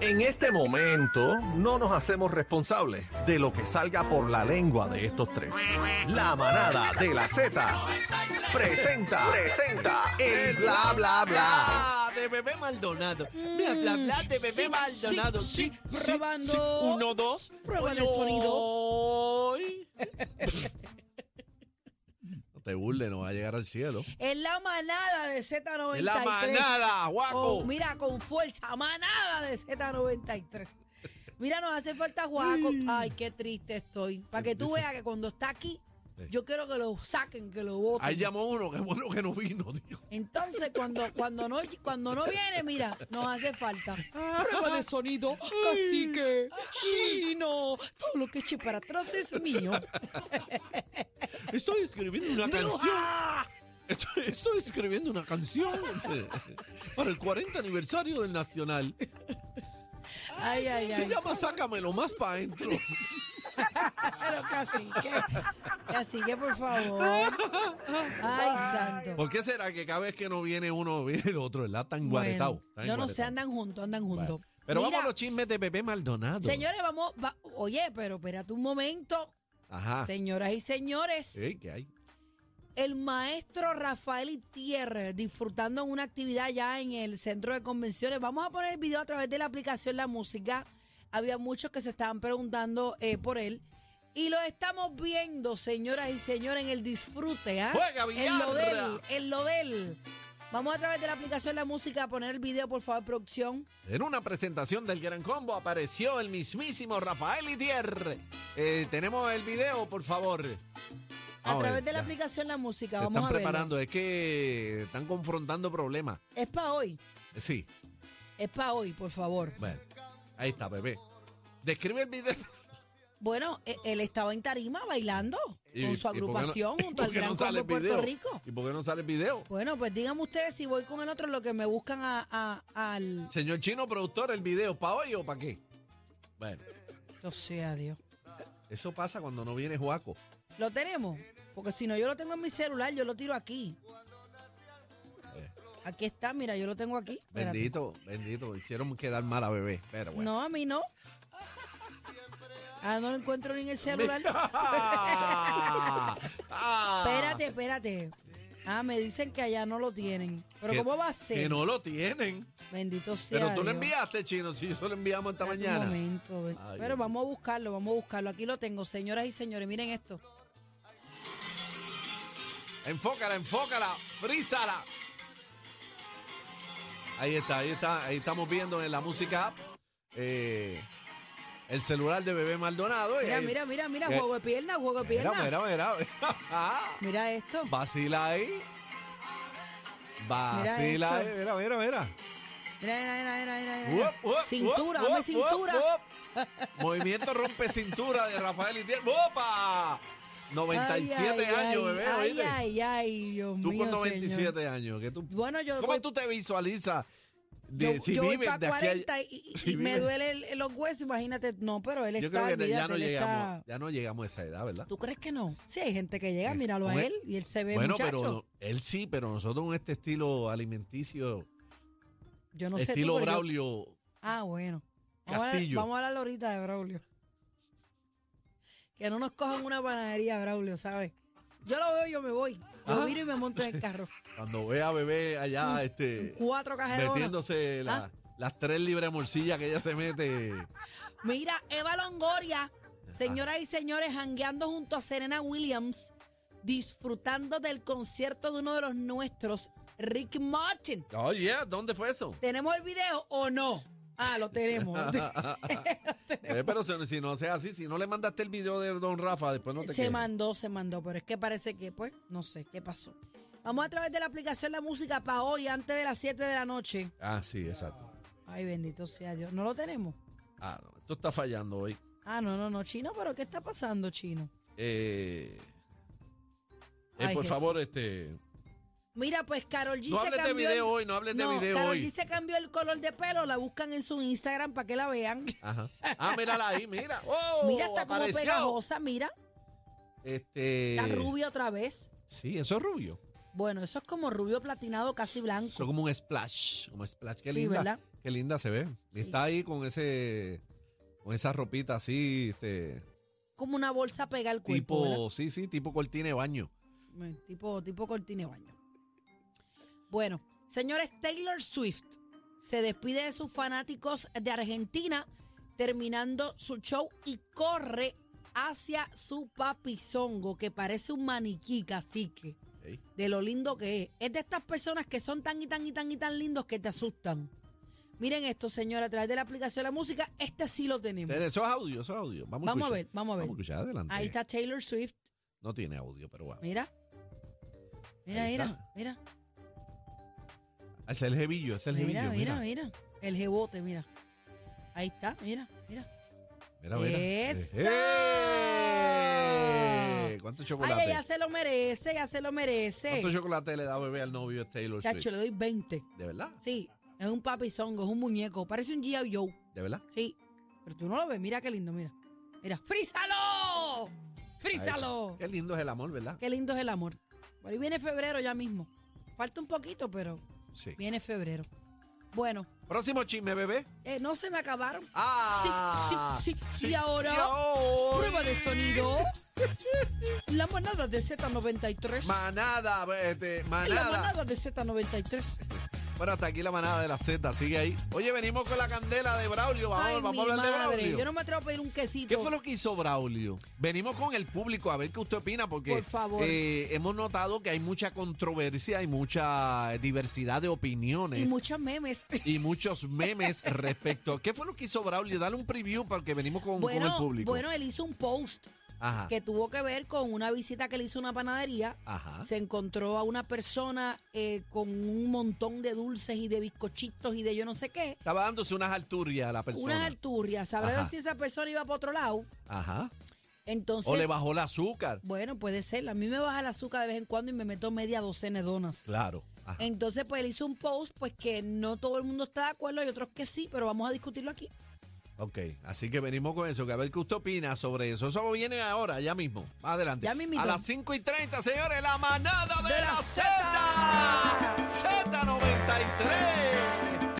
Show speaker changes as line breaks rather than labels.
En este momento no nos hacemos responsables de lo que salga por la lengua de estos tres. La manada de la Z presenta, presenta el bla bla bla.
Ah, de bebé Maldonado. Bla, bla, bla, de bebé
sí,
Maldonado.
sí, sí, probando.
Uno, dos.
Prueba el
Hoy.
sonido.
No te burles, no va a llegar al cielo.
Es la manada de Z93.
Es la manada, guaco.
Con- mira, con fuerza, manada de Z93. Mira, nos hace falta Guaco.
Mm.
Ay, qué triste estoy. Para que tú veas que cuando está aquí,
Sí.
yo quiero que lo saquen, que lo voten.
Ahí llamó uno, qué bueno que no vino, tío.
Entonces, cuando, cuando, no, cuando no viene, mira, nos hace falta. Prueba de sonido, cacique, chino. Todo lo que eche para atrás es mío.
Estoy escribiendo una canción.
¡Bruja!
Estoy, estoy escribiendo una canción para el 40 aniversario del Nacional.
Ay, ay,
Se
ay.
llama Sácamelo más para adentro.
Pero cacique, cacique, por favor. Ay, santo.
¿Por qué será que cada vez que no viene uno, viene el otro? ¿Verdad? Tan guaretado.
Bueno, yo no sé, andan juntos, andan juntos.
Pero
Mira,
vamos a los chismes de Bebé Maldonado.
Señores, vamos, va- oye, pero espérate un momento,
Ajá.
señoras y señores.
Ey, ¿Qué hay?
El maestro Rafael Itierre disfrutando en una actividad ya en el centro de convenciones. Vamos a poner el video a través de la aplicación La Música. Había muchos que se estaban preguntando eh, por él. Y lo estamos viendo, señoras y señores, en el disfrute. ¿ah?
¡Juega,
En lo de
Villarra!
él, en lo de él. Vamos a través de la aplicación La Música a poner el video, por favor, producción.
En una presentación del Gran Combo apareció el mismísimo Rafael Itier. Eh, tenemos el video, por favor.
A
Vamos ver,
través de la
Ah, ya.
aplicación La Música.
Se
Vamos
están
a verlo.
preparando, es que están confrontando problemas.
Es para hoy.
Eh, Sí,
Es para hoy, por favor.
bueno. Ahí está, bebé. Describe el video.
Bueno, e- él estaba en tarima bailando
Y-
con
y por
su
qué no-
agrupación
y
junto al
por qué
Gran
no sale
Combo de
el
Puerto
video?
Rico.
¿Y por qué no sale el video?
Bueno, pues díganme ustedes si voy con el otro lo que me buscan a- a- al...
Señor chino productor, ¿el video para hoy o para qué? Bueno,
O sea, Dios.
eso pasa cuando no viene Juaco.
¿Lo tenemos? Porque si no, yo lo tengo en mi celular, yo lo tiro aquí. Aquí está, mira, yo lo tengo aquí. Espérate.
Eh. Bendito, bendito. Hicieron quedar mal a bebé. Pero bueno.
No, a mí no. Ah, no lo encuentro ni en el celular.
Ah, ah.
Espérate, espérate. Ah, me dicen que allá no lo tienen. Pero
Que-
¿cómo va a
Que
ser?
no lo tienen.
Bendito sea
Pero tú lo
Dios.
enviaste, chino. Si eso lo enviamos esta
Espérate
mañana.
un momento, ven.
Ay,
pero
Dios
vamos a buscarlo, vamos a buscarlo. Aquí lo tengo, señoras y señores, miren esto.
Enfócala, enfócala, frízala. Ahí está, ahí está, ahí estamos viendo en la música app eh, el celular de Bebé Maldonado. y
Mira,
ahí-
mira, mira, mira,
¿Qué?
juego de pierna, juego de
Eh, mira,
pierna.
mira, mira.
Mira esto.
Vacila ahí. Vacila ahí,
esto.
mira, mira, mira.
Mira, mira, mira, mira, mira, mira.
Uop, uop,
cintura,
uop,
dame
uop,
cintura.
uop, uop. Movimiento rompe cintura de Rafael Itier. ¡Opa! 97
Ay, ay,
años,
ay,
bebé,
Ay,
¿oíste?
ay, ay, Dios
Tú
mío,
con
señor.
97 años, que tú,
Bueno, yo
¿cómo
voy-
tú te visualizas
Yo,
de, si
yo voy
vives
para
de aquí a-
40 y, y-
si
y me
vives-
duele el- los huesos, imagínate. No, pero él
Yo
está,
creo que ya
olvídate,
no
él
llegamos,
está-
ya no llegamos a esa edad, ¿verdad?
¿Tú crees que no? Sí, hay gente que llega,
Sí.
míralo a
Bueno,
él y él se ve
bueno,
muchacho.
pero él sí, pero nosotros con este estilo alimenticio,
yo no sé tú,
estilo
pero yo-
Braulio,
Ah, bueno. Vamos a, hablar,
Castillo.
vamos a hablar ahorita de Braulio. Que no nos cojan una panadería, Braulio, ¿sabes? Yo lo veo, yo me voy. Yo
Ajá.
viro y me monto en el carro.
cuando ve a bebé
Mm,
allá, este,
Cuatro cajeronas.
metiéndose la-
Ah.
las tres libras de morcilla que ella se mete.
Mira, Eva Longoria, señoras y señores, hangueando junto a Serena Williams, disfrutando del concierto de uno de los nuestros, Rick Martin.
Oye, Oh, ¿dónde fue eso?
¿Tenemos el video o no? Ah, lo tenemos.
Eh, pero si, si no sea así, si no le mandaste el video de Don Rafa, después no te
Se
quejes.
mandó, se mandó, pero es que parece que, pues, no sé qué pasó. Vamos a través de la aplicación La Música para hoy, antes de las 7 de la noche.
Ah, sí, exacto.
Ay, bendito sea Dios. ¿No lo tenemos?
Ah, no, esto está fallando hoy.
Ah, no, no, no, chino, pero ¿qué está pasando, chino?
Eh, eh,
Ay,
por
Jesús.
favor, este.
Mira, pues Carol G
No
se
hables de
cambió. el-
video hoy, no hables de
No,
video
Karol
hoy.
G se cambió el color de pelo, la buscan en su Instagram para que la vean.
Ajá. Ah, mírala ahí, mira. Oh,
Mira, está como
apareció.
pegajosa, mira.
Este.
Está rubia otra vez.
Sí, eso es rubio.
Bueno, eso es como rubio platinado, casi blanco.
Eso como un splash. Como splash. Qué
Sí,
linda.
¿verdad?
Qué linda se ve. Y
Sí.
Está ahí con ese con esa ropita así, este
Como una bolsa pega al cuerpo.
tipo,
¿verdad?
sí, sí, tipo cortina de baño.
Bueno, eh, Tipo, tipo cortina de baño. Bueno, señores, Taylor Swift se despide de sus fanáticos de Argentina terminando su show y corre hacia su papizongo, que parece un maniquí cacique,
Ey.
de lo lindo que es. Es de estas personas que son tan y tan y tan y tan lindos que te asustan. Miren esto, señora, a través de la aplicación de la música, este sí lo tenemos.
Eso es audio, eso es audio. Vamos,
Vamos a
escuchar.
ver, vamos a ver.
Vamos a escuchar adelante.
Ahí está Taylor Swift,
No tiene audio, pero bueno.
mira. Mira,
Ahí
mira,
está.
mira.
Ah, ese Es el jebillo, ese es el
Mira,
jebillo.
mira,
Mira,
mira. El jebote, mira. Ahí está, mira, mira.
mira, mira.
¡Eso!
¡Eh! ¿Cuánto chocolate?
Ay, ella se lo merece, ella se lo merece.
¿Cuánto chocolate le da bebé al novio de Taylor
Chacho,
Swift?
le doy 20.
¿De verdad?
Sí, es un papizongo, es un muñeco. Parece un G.I. Joe.
¿De verdad?
Sí. Pero tú no lo ves, mira qué lindo, mira. Mira, ¡frízalo! ¡Frízalo!
Qué lindo es el amor, ¿verdad?
Qué lindo es el amor. Por ahí viene febrero ya mismo. Falta un poquito, pero
Sí.
viene febrero. Bueno,
Próximo chisme, bebé.
eh, no se me acabaron.
Ah,
sí, sí, sí. Y ahora,
ahora-
prueba de sonido. La manada de Z93.
Manada, este,
La
manada.
manada de Z93.
Bueno, hasta aquí la manada de la Z, sigue ahí. Oye, venimos con la candela de Braulio. Vamos,
Ay,
vamos
mi
a hablar de
madre.
Braulio.
Yo no me atrevo a pedir un quesito.
¿Qué fue lo que hizo Braulio? Venimos con el público a ver qué usted opina, porque
Por favor.
eh, hemos notado que hay mucha controversia, hay mucha diversidad de opiniones
Y muchos memes.
y muchos memes respecto. ¿Qué fue lo que hizo Braulio? Dale un preview porque venimos con, con el
bueno,
público. Ah.
bueno, él hizo un post
Ajá.
que tuvo que ver con una visita que le hizo a una panadería.
Ajá.
Se encontró a una persona eh, con un montón de dulces y de bizcochitos y de yo no sé qué.
Estaba dándose unas alturias a la persona.
Unas alturrias. Sabrá
Ajá.
Dios si esa persona iba para otro lado.
Ajá.
Entonces.
O le bajó el azúcar.
Bueno, puede ser. A mí me baja el azúcar de vez en cuando y me meto media docena de donas.
Claro. Ajá.
Entonces, pues él hizo un post, pues que no todo el mundo está de acuerdo y otros que sí, pero vamos a discutirlo aquí.
Ok, así que venimos con eso, que a ver qué usted opina sobre eso. Eso viene ahora, ya mismo. Más adelante.
Ya mismito.
A las 5 y 30, señores, la manada de,
De la
la Z. Z93.